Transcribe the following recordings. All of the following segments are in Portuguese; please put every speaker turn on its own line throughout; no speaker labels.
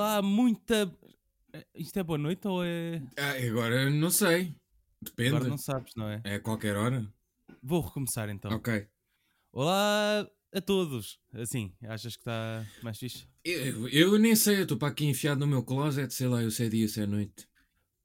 há muita. Isto é boa noite ou é.
Ah, agora não sei. Depende.
Agora não sabes, não é?
É a qualquer hora.
Vou recomeçar então.
Ok.
Olá a todos. Assim, achas que está mais fixe?
Eu, eu nem sei, eu estou para aqui enfiado no meu closet, sei lá, eu sei dia, sei noite.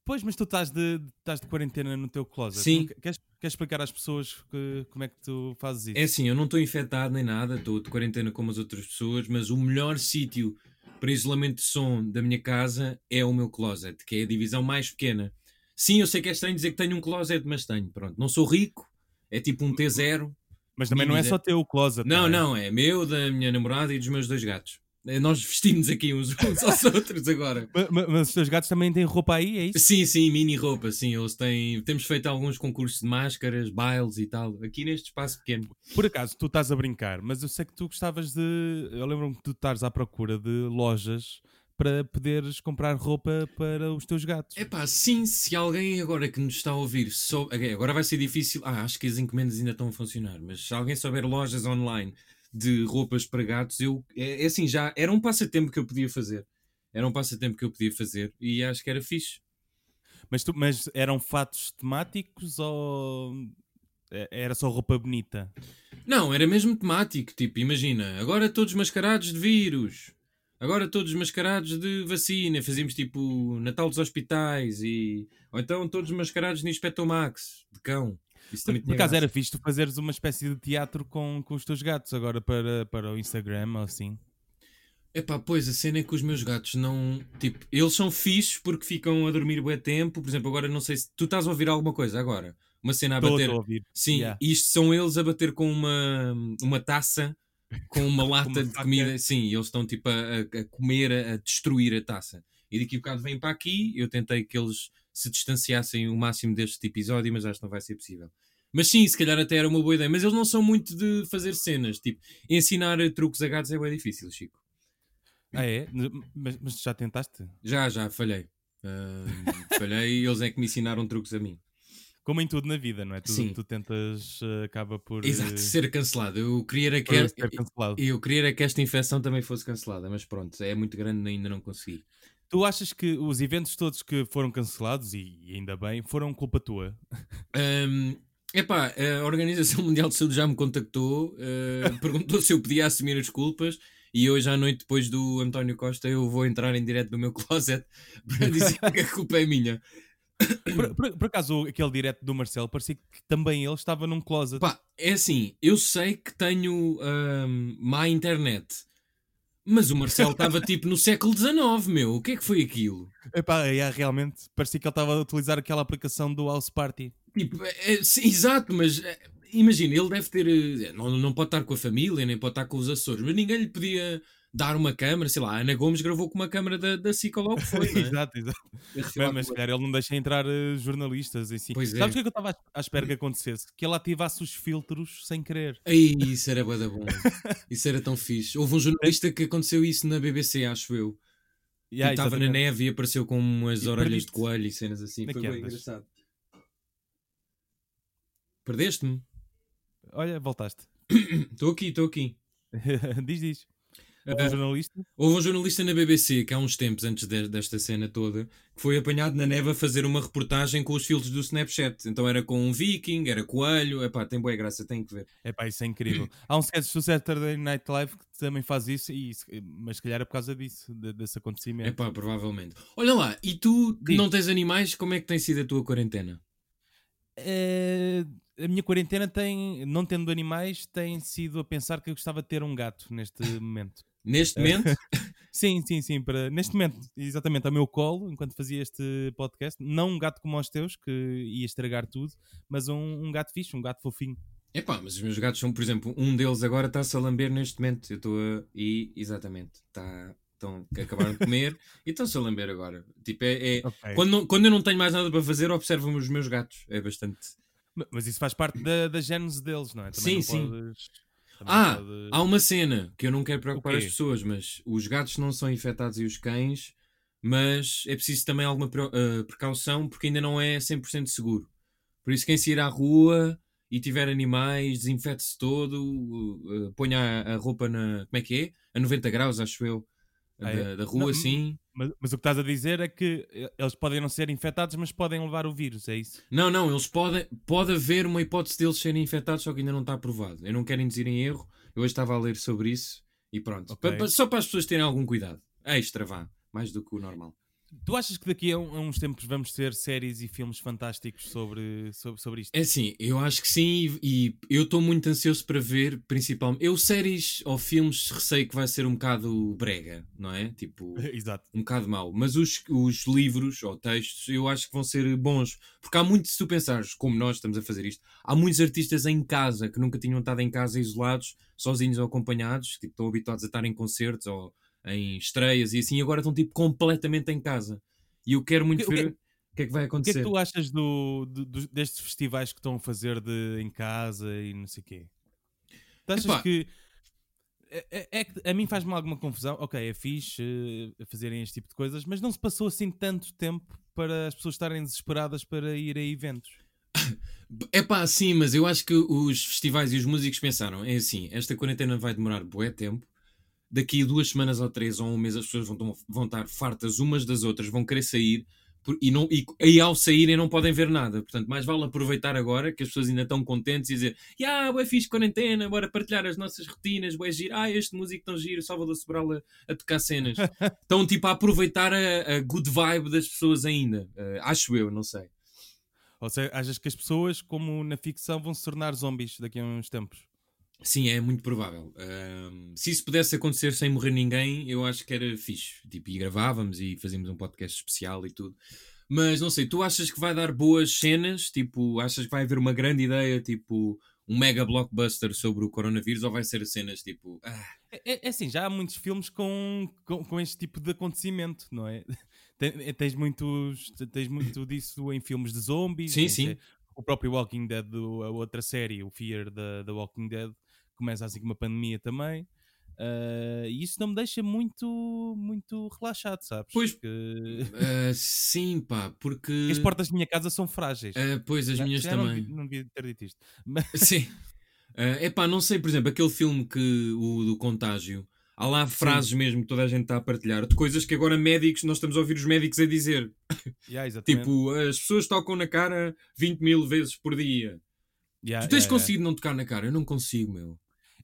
Pois, mas tu estás de, estás de quarentena no teu closet.
Sim.
Não que- Queres, queres explicar às pessoas que- como é que tu fazes isso?
É assim, eu não estou infectado nem nada, estou de quarentena como as outras pessoas, mas o melhor sítio para isolamento de som da minha casa é o meu closet, que é a divisão mais pequena. Sim, eu sei que é estranho dizer que tenho um closet, mas tenho, pronto. Não sou rico, é tipo um T0.
Mas também não é
dizer-
só teu closet.
Não,
é?
não, é meu, da minha namorada e dos meus dois gatos. É, Nós vestimos aqui uns, uns aos outros agora.
Ma- ma- Mas, os teus gatos também têm roupa aí, é isso?
Sim, sim, mini roupa, sim. Eles têm. Temos feito alguns concursos de máscaras, bailes e tal, aqui neste espaço pequeno.
Por acaso, tu estás a brincar, mas eu sei que tu gostavas de. Eu lembro-me que tu estás à procura de lojas para poderes comprar roupa para os teus gatos.
Epá, sim, se alguém agora que nos está a ouvir sou... ok, agora vai ser difícil. Ah, acho que as encomendas ainda estão a funcionar, mas se alguém souber lojas online de roupas para gatos, eu é, é assim, já era um passatempo que eu podia fazer. Era um passatempo que eu podia fazer e acho que era fixe.
Mas, tu- mas eram fatos temáticos ou é- era só roupa bonita?
Não, era mesmo temático, tipo, imagina, agora todos mascarados de vírus, agora todos mascarados de vacina, fazíamos tipo Natal dos hospitais e ou então todos mascarados de Inspector Max, de cão. Isso
Por,
também
por
tinha
acaso
graça.
era fixe tu fazeres uma espécie de teatro com, com os teus gatos agora para, para o Instagram ou assim.
Epá, pois, a cena é que os meus gatos não, tipo, eles são fixos porque ficam a dormir bué tempo, por exemplo, agora não sei se tu estás a ouvir alguma coisa agora, uma cena a
Estou
bater.
estou a ouvir.
Sim,
Yeah.
isto são eles a bater com uma, uma taça, com uma lata de
faca.
comida. Sim, eles estão tipo a, a- a comer, a, a destruir a taça. E daqui a bocado vêm para aqui. Eu tentei que eles se distanciassem o máximo deste episódio, mas acho que não vai ser possível. Mas sim, se calhar até era uma boa ideia. Mas eles não são muito de fazer cenas. Tipo, ensinar truques a gatos é bem difícil, Chico.
Ah, é? Mas, mas já tentaste?
Já, já, falhei. Ah, falhei e eles é que me ensinaram truques a mim.
Como em tudo na vida, não é? Tu,
Sim.
tu tentas, eh, acaba por. eh,
Exato, ser cancelado. Eu queria era
por
que,
ser cancelado.
Eu queria era que esta infecção também fosse cancelada, mas pronto, é muito grande e ainda não consegui.
Tu achas que os eventos todos que foram cancelados, e e ainda bem, foram culpa tua?
Hum, epá, a Organização Mundial de Saúde já me contactou, eh, perguntou se eu podia assumir as culpas e hoje à noite, depois do António Costa, eu vou entrar em direto do meu closet para dizer que a culpa é minha.
Por, por- por acaso, aquele direto do Marcelo, parecia que também ele estava num closet.
Pá, é assim, eu sei que tenho hum, má internet, mas o Marcelo estava tipo no século XIX, meu, o que é que foi aquilo?
Epá, é, realmente, parecia que ele estava a utilizar aquela aplicação do House Party.
Tipo, é- é- sim, exato, mas é, imagina, ele deve ter. eh, Não, não pode estar com a família, nem pode estar com os Açores, mas ninguém lhe podia dar uma câmara. Sei lá, a Ana Gomes gravou com uma câmara da, da SIC ou lá o que foi. não é?
exato, exato.
Recebeu
Mas, mas se calhar ele não deixa entrar eh, jornalistas em si.
Pois é.
Sabes o que é que eu estava à- à espera que acontecesse? Que ele ativasse os filtros sem querer.
Ai, isso era bué da bom. Isso era tão fixe. Houve um jornalista que aconteceu isso na BBC, acho eu. que
Yeah,
estava na
ah, exatamente.
neve e apareceu com umas
E
orelhas
perdiste.
de coelho e cenas assim.
Onde é
Foi
que
bem
andas?
engraçado. Perdeste-me?
Olha, voltaste.
Estou aqui, estou aqui.
diz, diz.
Ah,
O jornalista?
Houve um jornalista na BBC que há uns tempos antes de- desta cena toda que foi apanhado na neve a fazer uma reportagem com os filtros do Snapchat. Então era com um viking, era coelho, epá, tem boa graça, tem que ver.
É pá, isso é incrível. Há um sketch do Saturday Night Live que também faz isso, e, se- mas se calhar é por causa disso, de-
É
desse acontecimento.
Epá, provavelmente. Olha lá, e tu que
É. Diz.
não tens animais, como é que tem sido a tua quarentena?
Eh, a minha quarentena tem, não tendo animais, tem sido a pensar que eu gostava de ter um gato neste momento.
Neste momento,
Sim, sim, sim. Para, neste momento, exatamente ao meu colo, enquanto fazia este podcast, não um gato como os teus, que ia estragar tudo, mas um, um gato fixe, um gato fofinho.
epá, mas os meus gatos são, por exemplo, um deles agora está-se a lamber neste momento. Eu estou a. E, exatamente, está. Estão, que acabaram de comer e estão-se a lamber agora. Tipo, é. é- Quando, não- quando eu não tenho mais nada para fazer, observo-me os meus gatos. É bastante.
Ma- Mas isso faz parte da, da gênese deles, não é? Também
Sim,
não
sim.
podes- também
Ah,
não podes-
Há uma cena que eu não quero preocupar
O
as
quê?
pessoas, mas os gatos não são infectados e os cães, mas é preciso também alguma preo- ah, precaução porque ainda não é 100% seguro. Por isso, quem se ir à rua e tiver animais, eh, desinfete-se todo, uh, uh, ponha a, a roupa na. Como é que é? A 90 graus, acho eu.
Ah, é?
da, da rua,
Não,
assim.
Mas, mas o que estás a dizer é que eles podem não ser infectados, mas podem levar o vírus, é isso?
Não, não, eles podem. Pode haver uma hipótese deles serem infectados, só que ainda não está aprovado. Eu não quero induzir em erro. Eu hoje estava a ler sobre isso e pronto.
Ok.
Pa- pa- só para as pessoas terem algum cuidado. Extra, vá. Mais do que o normal.
Tu achas que daqui a, um- a uns tempos vamos ter séries e filmes fantásticos sobre, sobre, sobre isto?
É assim, eu acho que sim, e, e eu estou muito ansioso para ver, principalmente. Eu, séries ou filmes, receio que vai ser um bocado brega, não é? Tipo,
Exato.
um bocado mau. Mas os, os livros ou textos eu acho que vão ser bons. Porque há muito, se tu pensares, como nós estamos a fazer isto, há muitos artistas em casa que nunca tinham estado em casa isolados, sozinhos ou acompanhados, que estão habituados a estar em concertos ou em estreias e assim, e agora estão tipo completamente em casa. E eu quero muito
O que- o que-
ver o que, é que
O
vai
que é
acontecer.
que tu achas do, do- dos- destes festivais que estão a fazer de, em casa e não sei o quê? Tu achas
Epá.
que. É, é- é que a mim faz-me alguma confusão. Ok, é fixe eh, fazerem este tipo de coisas, mas não se passou assim tanto tempo para as pessoas estarem desesperadas para ir a eventos.
É pá, sim, mas eu acho que os festivais e os músicos pensaram: é assim, esta quarentena vai demorar bué tempo. Daqui a duas semanas ou três ou um mês as pessoas vão, tom- vão estar fartas umas das outras, vão querer sair por- e, não, e, e ao saírem não podem ver nada. Portanto, mais vale aproveitar agora que as pessoas ainda estão contentes e dizer: Ya, bué fixe quarentena, bora partilhar as nossas rotinas, bué giro, ah, este músico tão giro, Salvador Sobral a, a tocar cenas. estão tipo a aproveitar a, a good vibe das pessoas ainda. Eh, acho eu, não sei.
Ou seja, achas que as pessoas, como na ficção, vão se tornar zombies daqui a uns tempos?
Sim, é muito provável. Ahm, se isso pudesse acontecer sem morrer ninguém, eu acho que era fixe. Tipo, e gravávamos e fazíamos um podcast especial e tudo. Mas não sei, tu achas que vai dar boas cenas? Tipo, achas que vai haver uma grande ideia, tipo, um mega blockbuster sobre o coronavírus? Ou vai ser cenas tipo. ah,
É, é- é assim, já há muitos filmes com, com, com este tipo de acontecimento, não é? Tem- tens, muitos, tens muito disso em filmes de zombies.
Sim,
tens,
sim.
eh, O próprio Walking Dead, do- a outra série, o Fear da da Walking Dead, começa assim com uma pandemia também. Ah, e isso não me deixa muito, muito relaxado, sabes?
Pois.
Porque
ah, sim, pá, porque.
as portas da minha casa são frágeis.
Ah, pois, as
Já-
minhas
já não
também.
devia- Não devia ter dito isto.
Sim. é pá, não sei, por exemplo, aquele filme que o do contágio, há lá frases mesmo que toda a gente está a partilhar, de coisas que agora médicos, nós estamos a ouvir os médicos a dizer.
Yeah, exatamente.
Tipo, as pessoas tocam na cara 20 mil vezes por dia.
Yeah,
tu
yeah,
tens
yeah.
conseguido não tocar na cara? Eu não consigo, meu.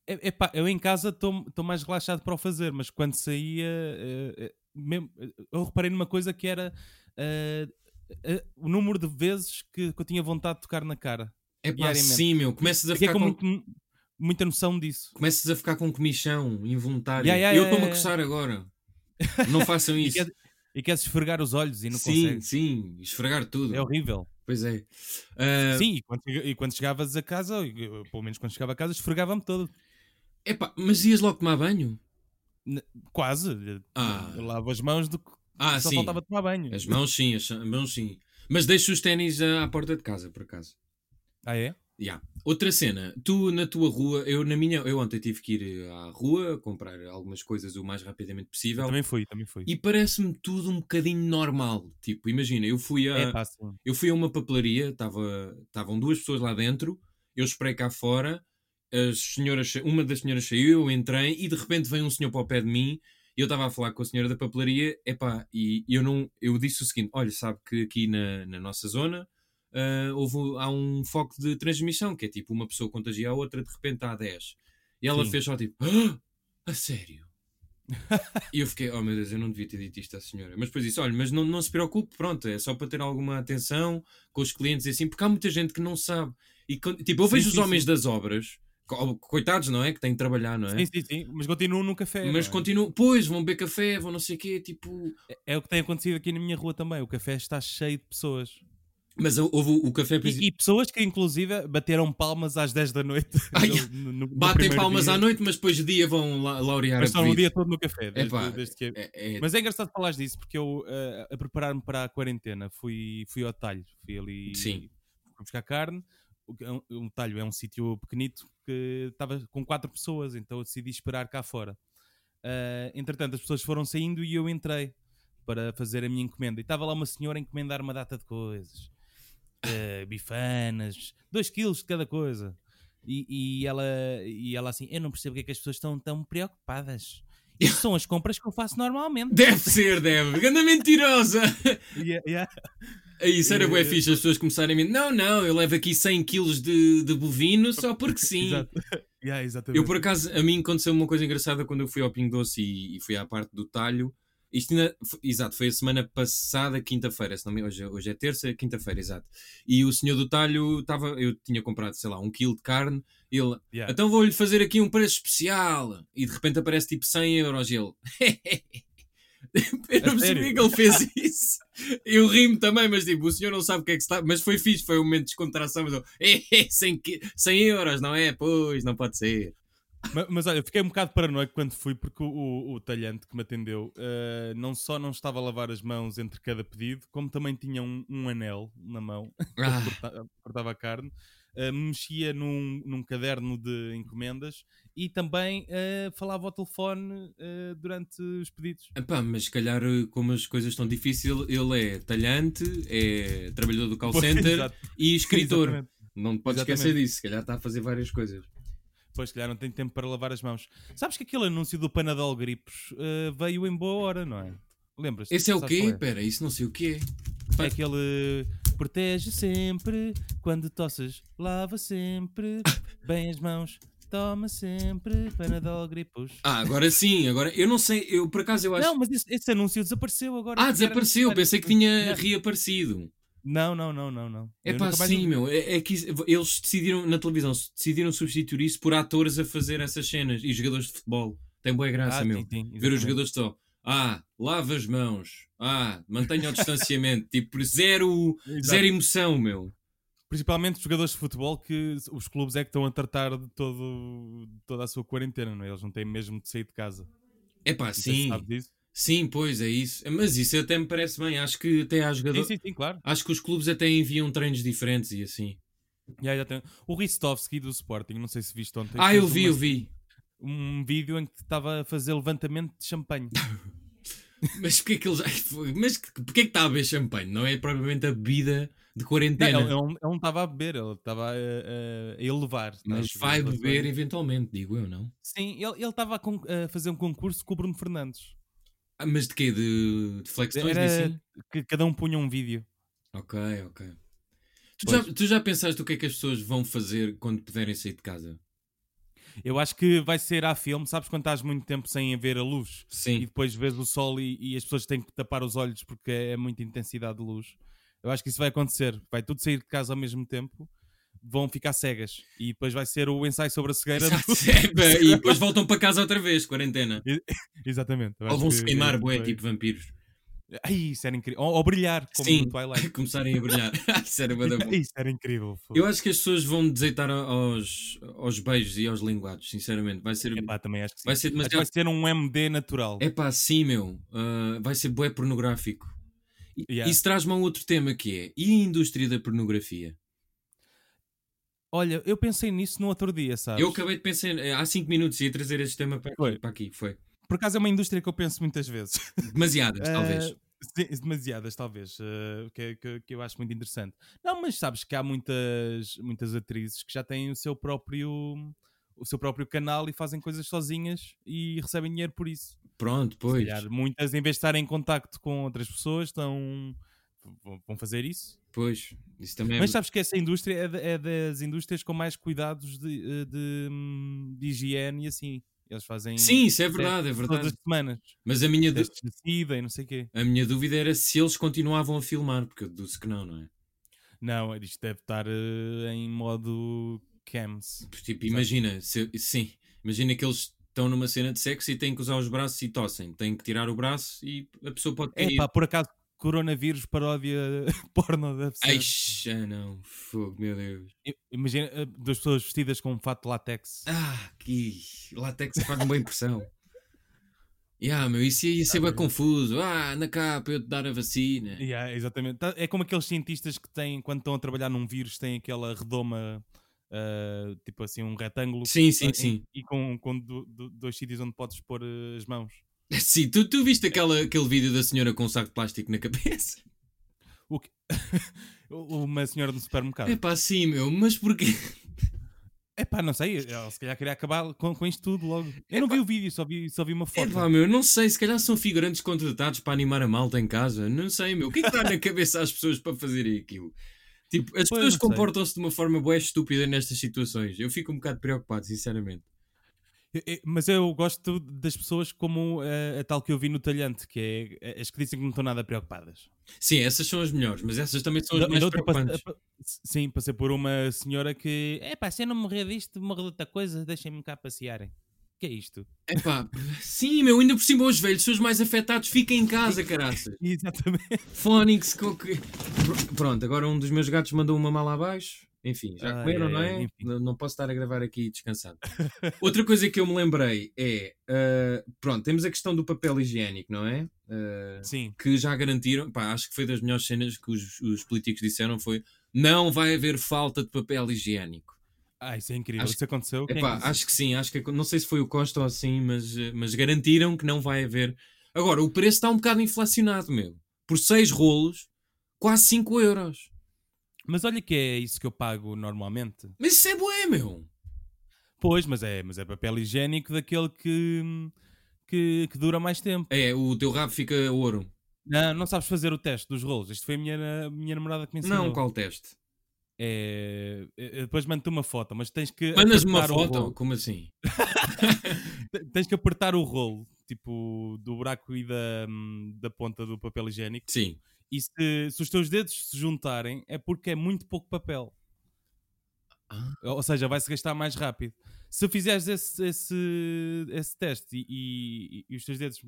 É, epá, eu em casa estou mais relaxado para o fazer, mas quando saía, eh, eh, mesmo- eh, eu reparei numa coisa que era eh, eh, o número de vezes que, que eu tinha vontade de tocar na cara.
É pá,
Diariamente. É
sim, meu. Começas a,
Fiquei
ficar
com,
com...
muito- muita noção disso.
começas a ficar com comichão involuntário.
Yeah, yeah,
eu
yeah,
estou-me a
yeah,
coçar agora. Não façam
E
isso.
quer- E queres esfregar os olhos e não
sim,
consegues.
sim. Esfregar tudo.
É horrível.
Pois é. Ah,
Sim, e quando, chega- e quando chegavas a casa, eu- eu- pelo menos quando chegava a casa, esfregava-me todo.
Eh, epá, mas ias logo tomar banho?
Quase. Eu-
Ah.
eu Lavo as mãos do que
Ah,
só
sim.
faltava tomar banho.
As mãos sim, as mãos sim. Mas deixo os ténis ah, à porta de casa, por acaso.
Ah, é?
Ya. Outra cena, tu na tua rua, eu na minha, eu ontem tive que ir eh, à rua comprar algumas coisas o mais rapidamente possível
Também fui, também fui.
e parece-me tudo um bocadinho normal. Tipo, imagina, eu fui a,
É, pá, sim.
eu fui a uma papelaria, estava- estavam duas pessoas lá dentro, eu esperei cá fora, as senhoras, sa- uma das senhoras saiu, eu entrei e de repente veio um senhor para o pé de mim e eu estava a falar com a senhora da papelaria, epá, e eu não, eu disse o seguinte, olha, sabe que aqui na, na nossa zona ah, houve, há um foco de transmissão, que é tipo uma pessoa contagia a outra, de repente há 10. E ela
Sim.
fez só tipo, "Ah, a sério? E eu fiquei, oh meu Deus, eu não devia ter dito isto à senhora. Mas depois disse, olha, mas não, não se preocupe, pronto, é só para ter alguma atenção com os clientes e assim, porque há muita gente que não sabe. E, quando- tipo, eu
Sim,
vejo os
sim,
homens das obras, co- coitados, não é? Que têm de trabalhar, não é?
Sim, sim, sim. Mas continuo num café.
mas
não é?
continuam, pois, vão beber café, vão não sei o quê, tipo...
É o que tem acontecido aqui na minha rua também. O café está cheio de pessoas.
Mas hou- houve o- o café...
E, e pessoas que, inclusive, bateram palmas às 10 da noite.
Ai,
no- no- no
Batem
primeiro
palmas
dia.
à noite, mas depois de dia vão la- laurear a
Passaram o
bebida.
dia todo no café. desde-
Epá,
desde que-
É- é-
Mas é engraçado falares disso, porque eu, eh, a preparar-me para a quarentena, fui, fui ao talho. Fui ali
Sim.
fui buscar carne. O que é um- Um talho é um sítio pequenito que estava com quatro pessoas, então eu decidi esperar cá fora. Ah, entretanto, as pessoas foram saindo e eu entrei para fazer a minha encomenda. E estava lá uma senhora a encomendar uma data de coisas. Ah, bifanas, 2 quilos de cada coisa. E, e ela, e ela assim, eu não percebo porque é que as pessoas estão tão preocupadas. Isto são as compras que eu faço normalmente.
Deve ser, deve. Ganda mentirosa!
Yeah, yeah.
Aí, isso
É,
era bué fixe, as pessoas começarem a mentir. Não, não, eu levo aqui 100 kg de, de bovino só porque sim.
Exato. Yeah, exatamente.
eu, por acaso, a mim aconteceu uma coisa engraçada quando eu fui ao Pingo Doce e, e fui à parte do talho. Isto ainda, f- exato, foi a semana passada, quinta-feira, se não me- hoje, é- hoje é terça, quinta-feira, exato. E o senhor do talho estava, eu tinha comprado, sei lá, um quilo de carne, e ele,
Yeah.
então vou-lhe fazer aqui um preço especial. E de repente aparece tipo 100 euros. E ele. Eu não
A
percebi
sério?
que ele fez isso. Eu ri-me também, mas tipo, o senhor não sabe o que é que está. Mas foi fixe, foi um momento de descontração. Mas eu, 100, qui- 100 euros, não é? Pois, não pode ser.
Ma- Mas, olha, eu fiquei um bocado paranoico quando fui, porque o, o- o talhante que me atendeu eh, não só não estava a lavar as mãos entre cada pedido, como também tinha um, um anel na mão,
Ah,
corta- cortava a carne, eh, mexia num, num caderno de encomendas e também eh, falava ao telefone eh, durante os pedidos.
epá, mas se calhar, eh, como as coisas estão difíceis, ele é talhante, é trabalhador do call
Pois,
center
exato,
e escritor.
exatamente.
Não te podes
Exatamente.
esquecer disso, se calhar está a fazer várias coisas.
Pois, se calhar não tem tempo para lavar as mãos. Sabes que aquele anúncio do Panadol Gripos eh, veio em boa hora, não é? Lembras-te?
Esse é o
Sabes
quê?
qual é?
Espera, isso não sei o quê.
É aquele protege sempre quando tosses, lava sempre, bem as mãos, toma sempre Panadol Gripos.
Ah, agora sim, agora eu não sei, eu por acaso eu acho.
Não, mas esse, esse anúncio desapareceu agora.
ah,
Era
desapareceu,
necessário.
pensei que tinha reaparecido.
Não, não, não, não, não.
É
Eu
pá,
nunca mais
sim,
ouvi.
meu. É, é que isso- eles decidiram, na televisão, decidiram substituir isso por atores a fazer essas cenas e jogadores de futebol. Tem boa graça,
Ah,
meu.
sim, sim,
Ver os
exatamente.
jogadores só. Ah, lava as mãos. Ah, mantenha o distanciamento. tipo, zero,
Exato.
zero emoção, meu.
Principalmente os jogadores de futebol que os clubes é que estão a tratar de todo, de toda a sua quarentena, não é? Eles não têm mesmo de sair de casa. Não
É pá,
sei se
sim.
sabes disso.
Sim, pois é isso. Mas isso até me parece bem. Acho que até há
Sim,
jogadores.
sim, sim, claro.
Acho que os clubes até enviam treinos diferentes e assim.
Já, já tem- O Ristovski do Sporting, não sei se viste ontem.
Ah, eu
fez
vi,
uma-
eu vi.
um vídeo em que estava a fazer levantamento de champanhe.
Mas porquê que eles. Ai, foi- Mas que- porquê que está a beber champanhe? Não é propriamente a bebida
Não,
de
é um-
quarentena.
ele, ele não- ele não estava a beber, ele estava a, a- a elevar. estava
Mas
a
vai
fazer
beber
elevações.
eventualmente, digo eu, não?
Sim, ele ele estava a, con- a fazer um concurso com o Bruno Fernandes.
Ah, mas de quê? De, de flexões
Era-
e assim?
Que cada um punha um vídeo.
Ok, ok. Tu já,
Pois.
tu já pensaste o que é que as pessoas vão fazer quando puderem sair de casa?
Eu acho que vai ser a filme, sabes quando estás muito tempo sem ver a luz e
Sim.
depois vês o sol e, e as pessoas têm que tapar os olhos porque é muita intensidade de luz. Eu acho que isso vai acontecer. Vai tudo sair de casa ao mesmo tempo, vão ficar cegas e depois vai ser o ensaio sobre a cegueira. do-
Exato, é, pá, e depois voltam para casa outra vez, quarentena.
Exatamente. eu
Ou
acho
vão
que é
se queimar,
isso
boé,
vai-
tipo vampiros.
Ai, isso era incrível. Ou, ou brilhar, como
Sim.
no Twilight.
Começarem a brilhar. Isso era bué da bom.
isso era incrível. fogo.
Eu acho que as pessoas vão dejeitar a- aos, aos beijos e aos linguados, sinceramente. Vai ser.
Epá, também acho que sim.
Vai ser
Acho que
demasiado
vai ser um MD natural.
É pá, sim, meu. Ah, vai ser bué pornográfico. E-
Yeah.
Isso traz-me a um outro tema que é: e a indústria da pornografia?
Olha, eu pensei nisso no outro dia, sabes?
Eu acabei de pensar, eh, há 5 minutos, ia trazer este tema para,
Foi.
para aqui. Foi.
Por acaso é uma indústria que eu penso muitas vezes.
Demasiadas, talvez.
Eh, sim, demasiadas, talvez. eh, que, que- que eu acho muito interessante. Não, mas sabes que há muitas, muitas atrizes que já têm o seu próprio o seu próprio canal e fazem coisas sozinhas e recebem dinheiro por isso.
Pronto, pois.
calhar, muitas, em vez de estarem em contacto com outras pessoas, estão. vão- vão fazer isso.
Pois. Isso também é.
Mas sabes que essa indústria é, da- é das indústrias com mais cuidados de, eh, de, hum, de higiene e assim. Eles fazem.
Sim, isso é verdade, é
Todas
verdade.
as semanas.
Mas a minha, du-
Testes de sida e não sei o quê.
a minha dúvida era se eles continuavam a filmar, porque eu deduzo que não, não é?
Não, isto deve estar eh, em modo cams.
Porque, Tipo, imagina, se, sim, imagina que eles estão numa cena de sexo e têm que usar os braços e tossem. Têm que tirar o braço e a pessoa pode cair.
Epá, por acaso, coronavírus paródia porno deve ser.
Ai, já não, fogo, meu Deus.
I- Imagina eh, duas pessoas vestidas com um fato de látex.
Ah, que látex faz-me boa impressão. Yeah, meu, é isso ia ser bem confuso. Ah, anda cá para eu te dar a vacina.
Yeah, exatamente. Tá- É como aqueles cientistas que têm, quando estão a trabalhar num vírus, têm aquela redoma, ah, tipo assim, um retângulo.
Sim, sim,
ah, em-
sim.
E com, com do- do- dois sítios onde podes pôr ah, as mãos.
Sim, tu, tu viste aquela, aquele vídeo da senhora com um saco de plástico na cabeça?
Uma senhora no supermercado.
Ah. É pá, sim, meu, mas porquê?
É pá, não sei, eu, se calhar queria acabar com, com isto tudo logo. Eu não vi o vídeo, só vi, só vi uma
É
foto.
pá, meu, não sei, se calhar são figurantes contratados para animar a malta em casa. Não sei, meu. O que é que dá na cabeça às pessoas para fazerem aquilo? Tipo,
Pois,
as pessoas
não sei.
comportam-se de uma forma bué estúpida nestas situações. Eu fico um bocado preocupado, sinceramente.
Eu- eu- Mas eu gosto das pessoas como eh, a tal que eu vi no talhante, que é as que dizem que não estão nada preocupadas.
Sim, essas são as melhores, mas essas também são as
Da-
mais
da outra passe-
preocupantes.
pa- sim, passei por uma senhora que é pá, se eu não morrer disto, morrer de outra coisa, deixem-me cá passearem. Que é isto?
É pá, sim, meu, ainda por cima os velhos são os mais afetados. Fiquem em casa, caraças.
Exatamente.
Fónix, com que- Pr- Pronto, agora um dos meus gatos mandou uma mala abaixo. Enfim, já
Ai,
comeram,
ai,
não
ai,
é?
enfim.
Não, não posso estar a gravar aqui descansado. Outra coisa que eu me lembrei é. ah, pronto, temos a questão do papel higiênico, não é? Ah,
Sim,
que já garantiram. Pá, acho que foi das melhores cenas que os, os políticos disseram: foi não vai haver falta de papel higiênico.
ah, isso é incrível.
Acho-
Isso aconteceu. Quem é que
Epá,
disse?
acho que sim, acho que não sei se foi o Costa ou assim, mas, eh, mas garantiram que não vai haver. Agora, o preço está um bocado inflacionado, meu. Por 6 rolos, quase 5 euros.
Mas olha que é isso que eu pago normalmente.
Mas isso é bué, meu.
Pois, mas é, mas é papel higiênico daquele que, que, que dura mais tempo.
É, o teu rabo fica ouro.
Não, não sabes fazer o teste dos rolos. Isto foi a minha, a minha namorada que me ensinou.
Não, qual teste?
É, eu- eu depois mando-te uma foto, mas tens que.
Mandas-me uma
apertar É, o
foto?
rolo.
Como assim?
Te- Tens que apertar o rolo, tipo, do buraco e da, hum, da ponta do papel higiênico.
Sim.
E se, se os teus dedos se juntarem, é porque é muito pouco papel.
Ah.
Ou seja, vai-se gastar mais rápido. Se fizeres esse, esse, esse teste e, e- e os teus dedos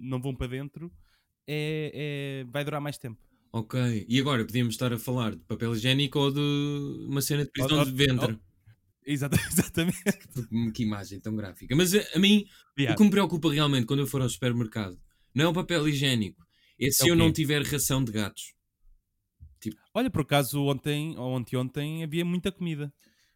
não vão para dentro, é, é- vai durar mais tempo.
Ok. E agora, podíamos estar a falar de papel higiênico ou de uma cena de prisão
Ou-
de
ou-
ventre? hum,
Exata- exatamente.
Que imagem tão gráfica. Mas eh, a, a mim,
Yeah.
O que me preocupa realmente quando eu for ao supermercado não é o papel higiênico, é se
É o
eu não
quê?
tiver ração de gatos.
Olha, por acaso ontem ou anteontem havia muita comida.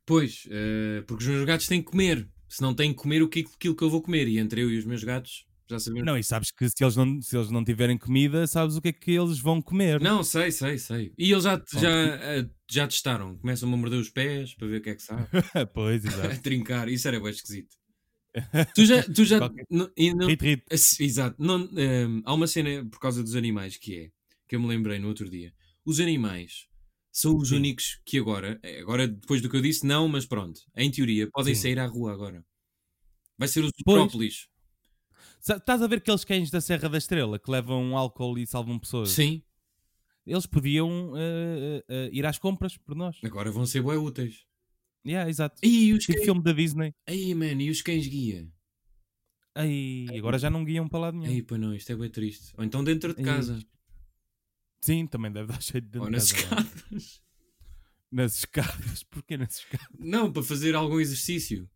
Pois, eh, porque os meus gatos têm que comer. Se não têm que comer, o que aquilo que eu vou comer? E entre eu e os meus gatos, já sabemos.
Não, e sabes que se eles não, se eles não tiverem comida, sabes o que é que eles vão comer.
Não, sei, sei, sei. E eles já,
Bom.
já, eh, já testaram. Começam-me a morder os pés para ver o que é que sabe.
pois,
a
exato.
trincar. Isso era bem esquisito. tu já. Tu já
Qualquer-
não- e não-
Rito, rito.
Ass- Exato. Não, ehm, há uma cena por causa dos animais que é, que eu me lembrei no outro dia. Os animais são os
Sim.
únicos que agora, eh, agora depois do que eu disse, não, mas pronto, em teoria, podem
Sim.
sair à rua agora. Vai ser os
Hum. Pois.
própolis.
Sa- Estás a ver aqueles cães da Serra da Estrela que levam álcool e salvam pessoas?
Sim,
Eles podiam eh, eh, eh, ir às compras por nós.
agora vão ser bem úteis.
Yeah, exato.
E os
Tipo
cães,
filme da Disney.
Ai, man, e os cães guia?
Ai, agora já não guiam para lá nenhum.
Ei, pá, não, isto é bem triste. Ou então dentro de
Hum. Ei,
casa,
Sim, também deve dar cheio de dentro
ou
de
Oh, nas
casa, não é?
escadas.
Nas escadas. Porquê nas escadas?
Não, para fazer algum exercício.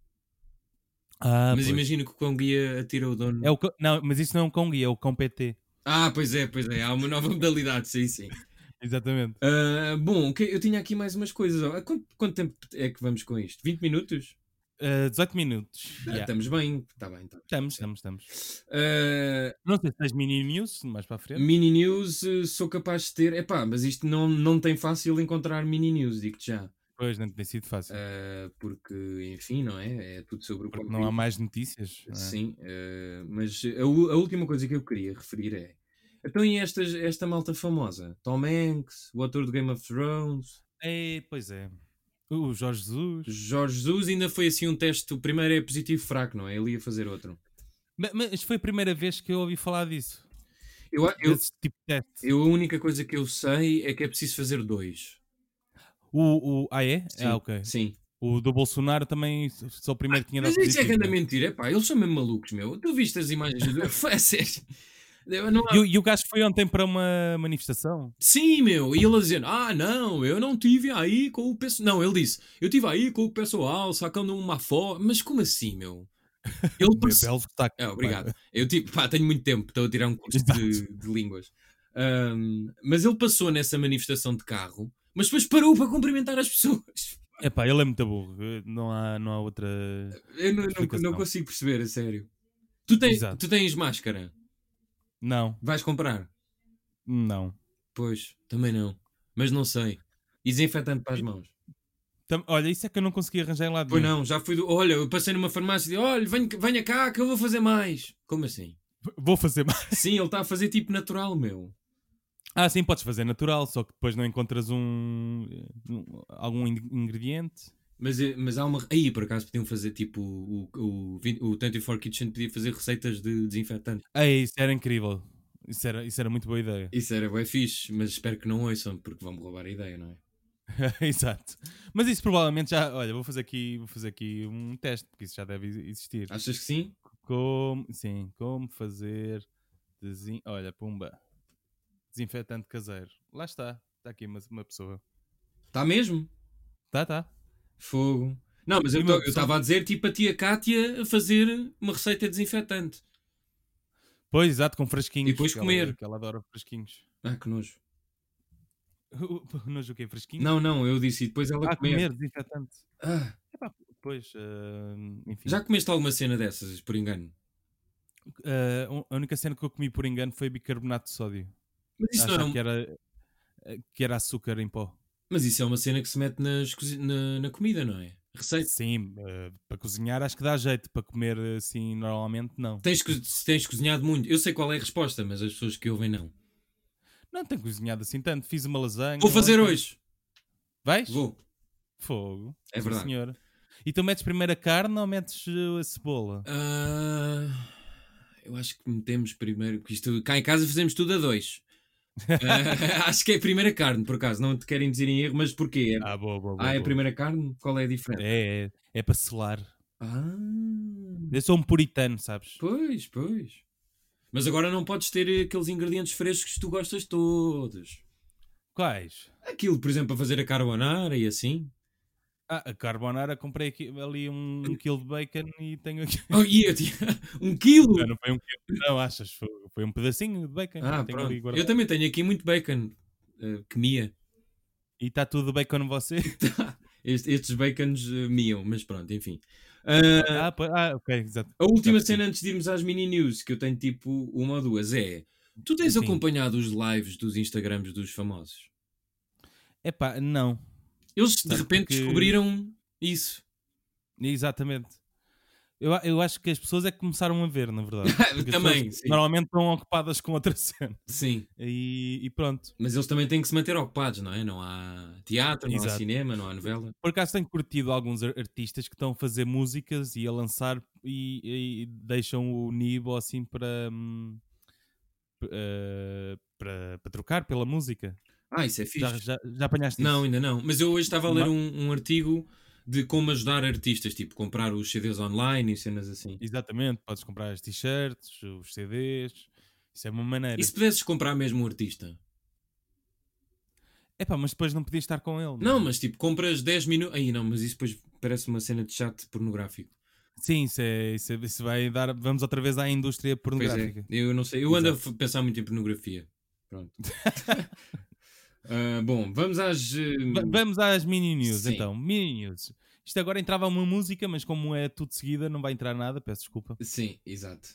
Ah,
mas
pois.
imagino que o cão guia atira o dono.
É o cão- Não, mas isso não é um cão guia, é o cão PT.
Ah, pois é, pois é, há uma nova modalidade, sim, sim.
Exatamente.
Ah, bom, que- eu tinha aqui mais umas coisas. Há Quanto, quanto tempo é que vamos com isto? 20 minutos?
Eh, 18 minutos.
Ah,
Yeah.
estamos bem, está bem. Tá.
Estamos, estamos, estamos.
Ah,
Não sei se tens mini news mais para a frente.
mini news, eh, sou capaz de ter. Epá, mas isto não, não tem fácil encontrar mini news, digo-te já.
Pois, não tem sido fácil.
Ah, porque, enfim, não é? É tudo sobre o
porque
Covid.
não há mais notícias. não é?
Sim, eh, mas a, u- a última coisa que eu queria referir é. Então, e estas, esta malta famosa? Tom Hanks, o ator do Game of Thrones,
É, pois é. O Jorge Jesus.
Jorge Jesus, ainda foi assim um teste. O primeiro é positivo fraco, não é? Ele ia fazer outro.
Ma- Mas, foi a primeira vez que eu ouvi falar disso.
Eu, a- eu,
desse tipo de teste.
eu a única coisa que eu sei é que é preciso fazer dois.
O, o- ah, é?
Sim,
Ah, ok.
Sim.
O do Bolsonaro também só o primeiro que tinha dado
Mas isso é que
positivo,
anda
né?
mentira. Epá, eles são mesmo malucos, meu. Tu viste as imagens do. É sério. Eu não-
e, o- e o gajo foi ontem para uma manifestação.
Sim, meu. E ele a dizendo: Ah, não, eu não tive aí com o pessoal. Não, ele disse: Eu tive aí com o pessoal sacando uma foto. Mas como assim, meu? Ele
Be-
perce-
Belo sotaque.
É, obrigado. Eu tipo, pá, tenho muito tempo, estou a tirar um curso
Exato.
de, de línguas. Ahm, mas ele passou nessa manifestação de carro, mas depois parou para cumprimentar as pessoas.
É pá, ele é muito burro. Não há, não há outra.
Eu não, não-
Explicação.
não consigo perceber, a sério. Tu tens,
Exato.
tu tens máscara?
Não,
Vais comprar?
não.
Pois, também não. Mas não sei. E desinfetante para as mãos.
Tam- Olha, isso é que eu não consegui arranjar em lado
Pois
nenhum.
não, já fui do. Olha, eu passei numa farmácia e disse: olha, venha, venha cá que eu vou fazer mais. Como assim?
Vou fazer mais.
Sim, ele está a fazer tipo natural, meu.
Ah, sim, podes fazer natural, só que depois não encontras um. um- algum in- ingrediente.
Mas, eh, mas há uma. Aí, por acaso, podiam fazer tipo. O, o, o, 20 o 24 Kitchen podia fazer receitas de desinfetante.
Ah, isso era incrível. Isso era, isso era muito boa ideia.
Isso era bem fixe, mas espero que não ouçam, porque vão-me roubar a ideia, não é?
Exato. Mas isso provavelmente já. Olha, vou fazer aqui, vou fazer aqui um teste, porque isso já deve existir.
Achas que sim?
Como. Sim, como fazer. Desin... Olha, pumba. Desinfetante caseiro. Lá está. Está aqui uma, uma pessoa.
Está mesmo?
Tá, tá.
Fogo. Não, mas eu
E uma pessoa-
estava a dizer tipo a tia Cátia a fazer uma receita de desinfetante.
Pois, exato, com fresquinhos.
E depois
que ela-
comer.
que ela adora fresquinhos.
Ah, que nojo.
Nojo o quê? Fresquinhos?
Não, não, eu disse e depois ela
Ah,
comer.
comer, desinfetante.
Ah,
Pois, ah, enfim.
já comeste alguma cena dessas, por engano?
Ah, un- a única cena que eu comi por engano foi bicarbonato de sódio.
Mas isso, não
Achava
é um-
que, era, eh, que era açúcar em pó.
mas isso é uma cena que se mete nas cozi- na, na comida, não é? Receita.
Sim, ah, para cozinhar acho que dá jeito. Para comer assim normalmente, não.
Tens, co- se tens cozinhado muito. Eu sei qual é a resposta, mas as pessoas que ouvem não.
Não tenho cozinhado assim tanto. Fiz uma lasanha.
Vou fazer
ontem.
hoje.
Vais?
Vou.
Fogo.
É
Sim,
verdade.
senhor. E tu metes primeiro a carne ou metes eh, a cebola?
Ah, eu acho que metemos primeiro, porque isto cá em casa fazemos tudo a dois. Ah, acho que é a primeira carne, por acaso. Não te querem dizer em erro, mas porquê? É-
Ah, boa, boa, boa.
Ah, é a
boa.
primeira carne? Qual é a diferença?
É, é, é para selar.
Ah,
Eu sou um puritano, sabes?
pois, pois. Mas agora não podes ter aqueles ingredientes frescos que tu gostas todos.
Quais?
Aquilo, por exemplo, para fazer a carbonara e assim.
Ah, a carbonara, comprei aqui- ali um, um quilo de bacon e tenho aqui.
Oh, e eu tinha um quilo!
Não, não foi um quilo, não, achas? Foi, foi um pedacinho de bacon.
Ah,
tenho
pronto.
ali guardado.
Eu também tenho aqui muito bacon. eh, que mia.
E está tudo bacon em você?
Este- estes bacons eh, miam, mas pronto, enfim. Ah,
ah, pois- ah, ok, exato.
A última
Já percebi.
cena antes de irmos às mini news, que eu tenho tipo uma ou duas, é: tu tens
Sim.
acompanhado os lives dos Instagrams dos famosos?
Epá, não.
Eles de
Sabe,
repente
porque-
descobriram isso.
Exatamente. Eu, a- eu acho que as pessoas é que começaram a ver, na verdade. Porque as
Também,
pessoas
sim.
Normalmente estão ocupadas com outra cena.
Sim,
E, e pronto.
mas eles também têm que se manter ocupados, não é? Não há teatro, não há
Exato.
cinema, não há novela.
Por acaso tenho curtido alguns ar- artistas que estão a fazer músicas e a lançar e, e deixam o Nibo assim para. hum, p- eh, para, para trocar pela música.
Ah, isso é fixe.
Já, já, já apanhaste isso?
Não, ainda não. Mas eu hoje estava a ler
Não.
um, um artigo de como ajudar artistas, tipo comprar os CDs online e cenas assim.
Exatamente, podes comprar as t-shirts, os CDs. Isso é uma maneira.
E se pudesses comprar mesmo um artista?
Epá, mas depois não podias estar com ele.
Não,
é?
mas tipo, compras 10 minutos. Aí não, mas isso depois parece uma cena de chat pornográfico.
Sim, isso, é, isso, é- isso vai dar. Vamos outra vez à indústria
Pois é,
pornográfica.
eu não sei. Eu ando a f- pensar muito em pornografia. Pronto. Ah, bom, vamos às. eh,
Va- Vamos às mini news
Sim.
então. Mini news. Isto agora entrava uma música, mas como é tudo seguida, não vai entrar nada, peço desculpa.
Sim, exato.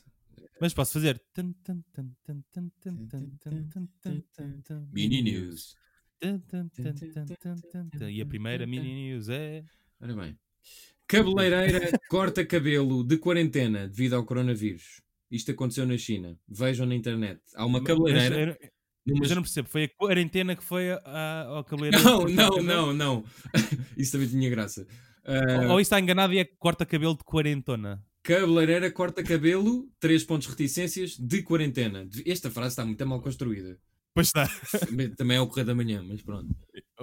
Mas posso fazer. Tan, tan, tan, tan, tan, tan, tan, tan, tan, tan, tan, tan.
Mini News.
Tan, tan, tan, tan, tan, tan, tan. E a primeira mini news é.
Ora bem. Cabeleireira corta cabelo de quarentena devido ao coronavírus. Isto aconteceu na China. Vejam na internet. Há uma
Mas
cabeleireira.
eu-
numa-
Mas eu não percebo, foi a quarentena que foi a- ao cabeleireiro.
Não,
cortar
não,
cabelo?
não, não. Isso também tinha graça. Ah,
Ou, ou isso está enganado e é que corta cabelo de quarentona.
Cabeleireira corta cabelo, três pontos reticências, de quarentena. Esta frase está muito mal construída.
Pois está.
Também é o correr da manhã, mas pronto.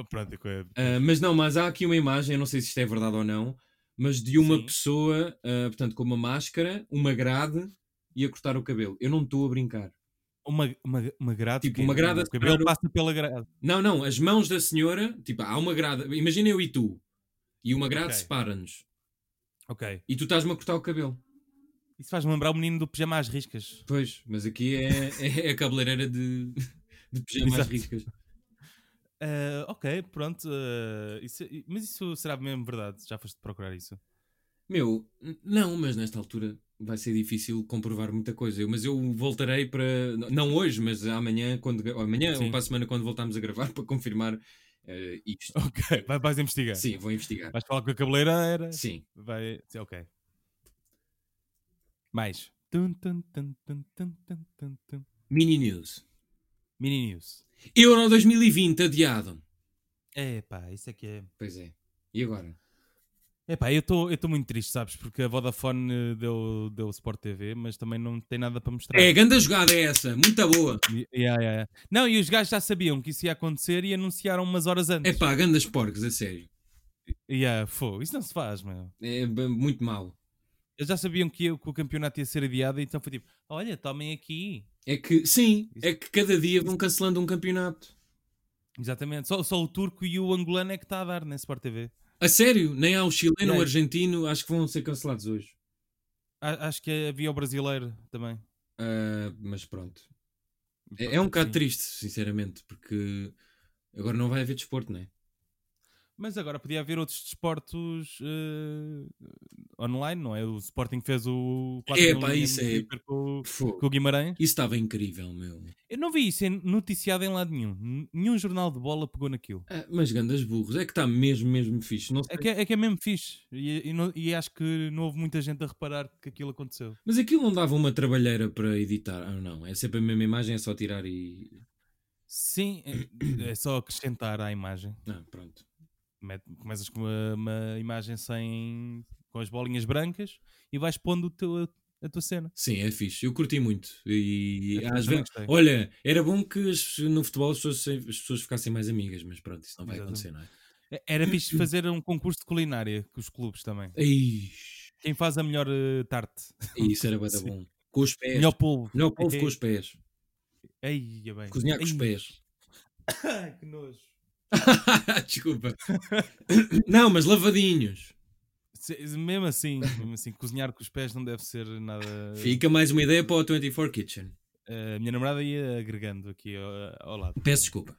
Pronto, é-
Ah, mas não, mas há aqui uma imagem, eu não sei se isto é verdade ou não, mas de uma
Sim.
pessoa, ah, portanto, com uma máscara, uma grade e a cortar o cabelo. Eu não estou a brincar.
uma, uma, uma grade.
Tipo,
que-
uma grade a
O cabelo
separar o-
passa pela grade.
Não, não, as mãos da senhora, tipo, há uma grade, imagina eu e tu, e uma grade
Ok.
separa-nos,
Ok.
e tu estás-me a cortar o cabelo.
Isso faz-me lembrar o menino do pijama às riscas.
Pois, mas aqui é, é a cabeleireira de, de pijamas
Exato.
riscas.
Ah, ok, pronto. ah, isso- mas isso será mesmo verdade? Já foste procurar isso?
Meu, n- não, mas nesta altura vai ser difícil comprovar muita coisa. Eu- Mas eu voltarei para. Não hoje, mas amanhã, quando, ou amanhã
Sim.
ou para a semana, quando voltarmos a gravar, para confirmar eh, isto.
Ok, Ah. vai- vais investigar.
Sim, vou investigar.
Vais falar com a cabeleireira.
Sim.
Vai. sim, Ok. Mais. Tum, tum, tum, tum, tum, tum, tum, tum.
Mini News.
Mini News.
Euro 2020 adiado.
Epá, isso é que é.
Pois é. E agora?
Epá, eu estou muito triste, sabes? Porque a Vodafone eh, deu, deu Sport TV, mas também não tem nada para mostrar.
É, grande jogada é essa. Muito boa.
E- yeah, yeah, yeah. Não, e os gajos já sabiam que isso ia acontecer e anunciaram umas horas
É
antes.
pá, grandes porcos, a sério.
Yeah, fô, isso não se faz, meu.
É b- muito mau.
Eles já sabiam que, eu- que o campeonato ia ser adiado, então foi tipo: olha, tomem aqui.
É que, sim,
Isso-
é que cada dia vão cancelando um campeonato.
Exatamente, só, só o turco e o angolano é que está a dar na Sport TV.
A sério, nem há o chileno,
Yeah.
o argentino, acho que vão ser cancelados hoje.
A- acho que havia o brasileiro também.
Ah, mas pronto. É, é um bocado
Sim.
triste, sinceramente, porque agora não vai haver desporto, não é?
Mas agora podia haver outros desportos eh, online, não é? O Sporting fez o quatro
É,
na
pá,
linha
isso
no
é-
Twitter com, o-
Fogo.
com o Guimarães.
Isso estava incrível, meu.
Eu não vi isso em- noticiado em lado nenhum. N- Nenhum jornal de bola pegou naquilo.
Ah, mas gandas burros, é que está mesmo, mesmo fixe. Não sei-
É que é, que é mesmo fixe. E, e não- e acho que não houve muita gente a reparar que aquilo aconteceu.
Mas aquilo não dava uma trabalheira para editar. Ah, não, é sempre a mesma imagem, é só tirar e.
Sim, é, é só acrescentar à imagem.
Ah, pronto.
Mete- Começas com uma, uma imagem sem. com as bolinhas brancas e vais pondo o teu- a tua cena.
Sim, é fixe. Eu curti muito. E
Eu
às
É também
vezes.
gostei.
Olha, era bom que as- no futebol as pessoas, se- as pessoas ficassem mais amigas, mas pronto, isso não vai
Exatamente.
acontecer, não é?
Era fixe fazer um concurso de culinária com os clubes também.
Ei,
Quem faz a melhor eh, tarte?
isso era bué da
Sim.
bom. Com os pés.
Melhor polvo.
Melhor polvo com os pés.
Ei, é bem.
Cozinhar com os
Ei,
pés.
Que nojo.
Desculpa. não, mas lavadinhos.
Se- mesmo assim, mesmo assim, cozinhar com os pés não deve ser nada.
Fica mais uma ideia para o 24 Kitchen.
Eh, A minha namorada ia agregando aqui eh, ao, ao lado.
Peço desculpa.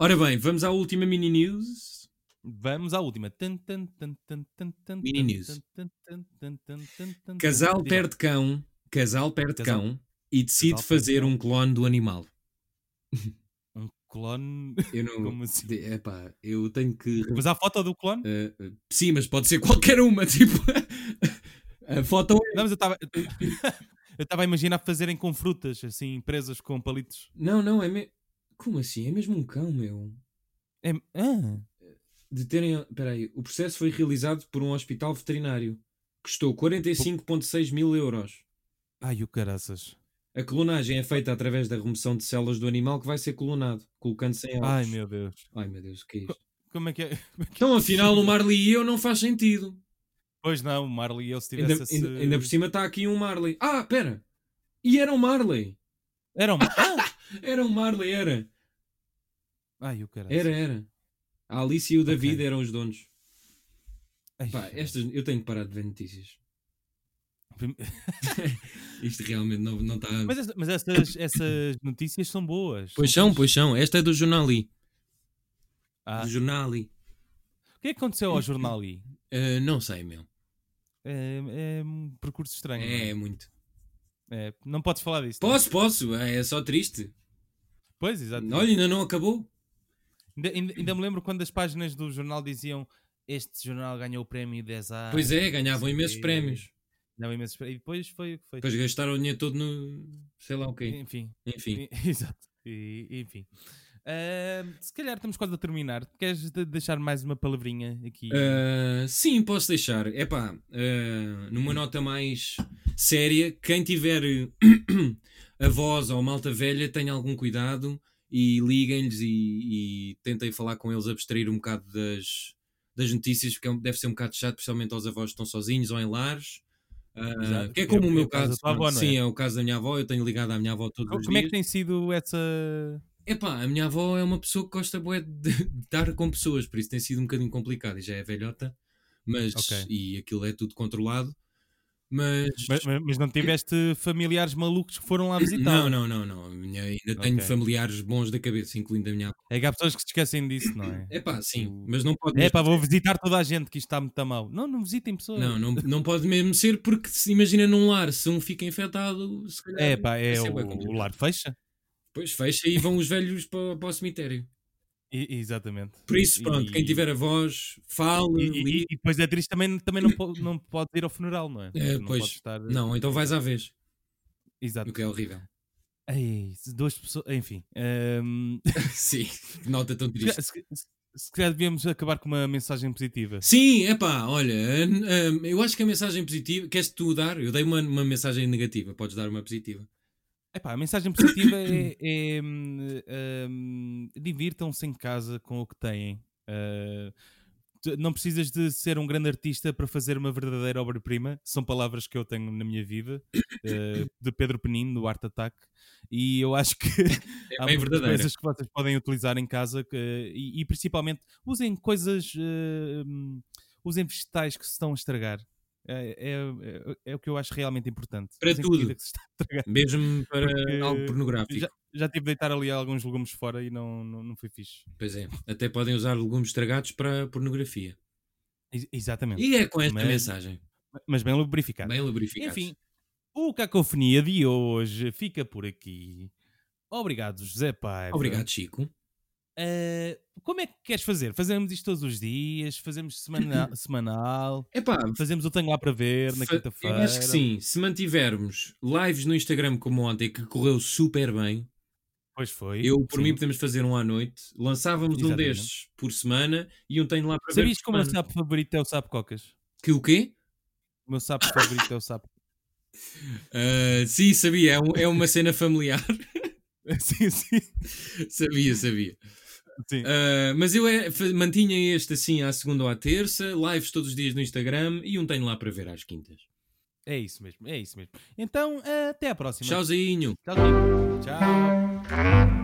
Ora bem, vamos à última mini news.
Vamos à última. Tan, tan, tan, tan, tan, tan,
Mini
tan,
news.
tan, tan, tan, tan, tan, tan,
Casal
tan.
perde cão. Casal perde
Casal-
cão e decide
casal perde
fazer
cão.
um clone do animal.
Um clone.
Eu não.
Como assim?
de- epá, eu tenho que.
Mas há foto do clone?
eh, eh, sim, mas pode ser qualquer uma. Tipo, a foto é.
Não, mas eu estava. Eu estava a imaginar fazerem com frutas, assim, presas com palitos.
Não, não, é mesmo. Como assim? É mesmo um cão, meu.
É... Ah.
De terem. Espera aí. O processo foi realizado por um hospital veterinário. Custou 45,6 mil euros.
Ai, o caraças.
A clonagem é feita através da remoção de células do animal que vai ser clonado, colocando-se em
Ai,
ovos.
meu Deus.
Ai, meu Deus, o que é isto?
Como é que é?
Então, afinal, o Marley e eu não faz sentido.
Pois não, o Marley e eu se tivesse
Ainda,
esse-
ainda, ainda por cima está aqui um Marley. Ah, pera! E era um Marley!
Era uma.
Era um Marley, era!
Ai, o caraças.
Era, era. A Alice e o David
Ok.
eram os donos.
Ai,
Pá, estas, eu tenho que parar de ver notícias.
prim-
Isto realmente não, não está.
Mas, essa- mas essas, essas notícias são boas.
Pois são, pois são. Esta é do Jornali.
Ah,
Do Jornali.
o que é que aconteceu ao jornal ali?
Ah, não sei, meu.
É, é um percurso estranho. não
É,
é?
é muito.
É, não podes falar disso. não é?
Posso, posso. É é só triste.
Pois, exato.
Olha, ainda não acabou.
Ainda, ainda- ainda me lembro quando as páginas do jornal diziam este jornal ganhou o prémio 10 anos.
Pois é, ganhavam imensos
Ah, sim.
prémios.
Ganhava imensos pré- E depois foi o que foi.
Depois gastaram o dinheiro todo no. sei lá o quê.
Enfim.
Enfim.
E- Exato. E- enfim. Ahm, se calhar estamos quase a terminar. Queres de- deixar mais uma palavrinha aqui?
Ah, sim, posso deixar. É pá, numa nota mais séria, quem tiver avós ou malta velha, tenha algum cuidado e liguem-lhes e, e tentem falar com eles, abstrair um bocado das, das notícias, porque é um- deve ser um bocado chato, especialmente aos avós que estão sozinhos ou em lares. Ah,
Exato.
que é como
É-
o
é
meu
o caso da
caso.
tua avó, não é?
Sim, é o caso da minha avó. Eu tenho ligado à minha avó todos
Co-
os
Como é
dias.
que tem sido essa.
Epá, a minha avó é uma pessoa que gosta bué de de estar com pessoas, por isso tem sido um bocadinho complicado e já é velhota, mas
Ok.
e aquilo é tudo controlado. Mas,
Mas, mas- mas não tiveste familiares malucos que foram lá visitar?
não, não, não, não. A minha- ainda tenho
Ok.
familiares bons da cabeça, incluindo a minha avó.
É que há pessoas que se esquecem disso, não é?
Epá, sim,
O-
mas não pode
É
mesmo
pá, vou visitar toda a gente que isto está muito mal. Não, não visitem pessoas.
Não, não, não pode mesmo ser porque se imagina num lar, se um fica infectado, se calhar
É pá,
vai
é
ser
o,
bué complicado.
o lar fecha.
Depois fecha e vão os velhos para, para o cemitério.
E- exatamente.
Por isso, pronto,
E-
quem tiver um a voz,
E,
fale,
e-
ligue.
e- e depois é triste também, também não, po- não pode ir ao funeral, não é?
É,
não
pois.
pode estar.
Não, então vais à vez,
Exato.
o que é horrível.
Ei, duas pessoas. Enfim. ehm,
Sim, que nota tão
se,
triste.
se- se- se calhar devíamos acabar com uma mensagem positiva.
Sim, epá, olha, hum, hum, eu acho que a mensagem positiva, queres tu dar? Eu dei uma, uma mensagem negativa, podes dar uma positiva.
Epá, a mensagem positiva é, é, hum, hum, divirtam-se em casa com o que têm. Ah, tu- não precisas de ser um grande artista para fazer uma verdadeira obra-prima. São palavras que eu tenho na minha vida, ah, de Pedro Penin, do Art Attack. E eu acho que
É
há muitas
bem verdadeira.
coisas que vocês podem utilizar em casa que- e, e principalmente usem coisas, eh, hum, usem vegetais que se estão a estragar. É, é- é- é o que eu acho realmente importante.
Para
Usem
tudo.
comida que se está a estragar.
Mesmo para
Porque
algo pornográfico.
Já, já tive de deitar ali alguns legumes fora e não, não, não foi fixe.
Pois é, até podem usar legumes estragados para pornografia.
Ex- exatamente.
E é com esta
Mas-
mensagem,
Mas bem lubrificado.
bem lubrificada.
Enfim, o Cacofonia de hoje fica por aqui. Obrigado, José Paiva.
Obrigado, Chico.
Eh, como é que queres fazer? Fazemos isto todos os dias? Fazemos semana- semanal?
Epá,
Fazemos o Tenho Lá para Ver na
Fa-
quinta-feira.
Eu acho que sim. Se mantivermos lives no Instagram como ontem, que correu super bem,
Pois foi.
eu por
Sim.
mim podemos fazer um à noite. Lançávamos um
Exatamente.
destes por semana e um tenho lá para ver.
Sabias
por
que o meu
semana.
sapo favorito é o sapo cocas?
Que o quê?
O meu sapo favorito é o sapo.
Ah, sim, sabia. É, um- é uma cena familiar.
sim, sim.
sabia, sabia.
sim.
Ah, mas eu é- fa- mantinha este assim à segunda ou à terça, lives todos os dias no Instagram e um tenho lá para ver às quintas.
É isso mesmo, é isso mesmo. Então, até à próxima.
Tchauzinho.
Tchauzinho. Tchau.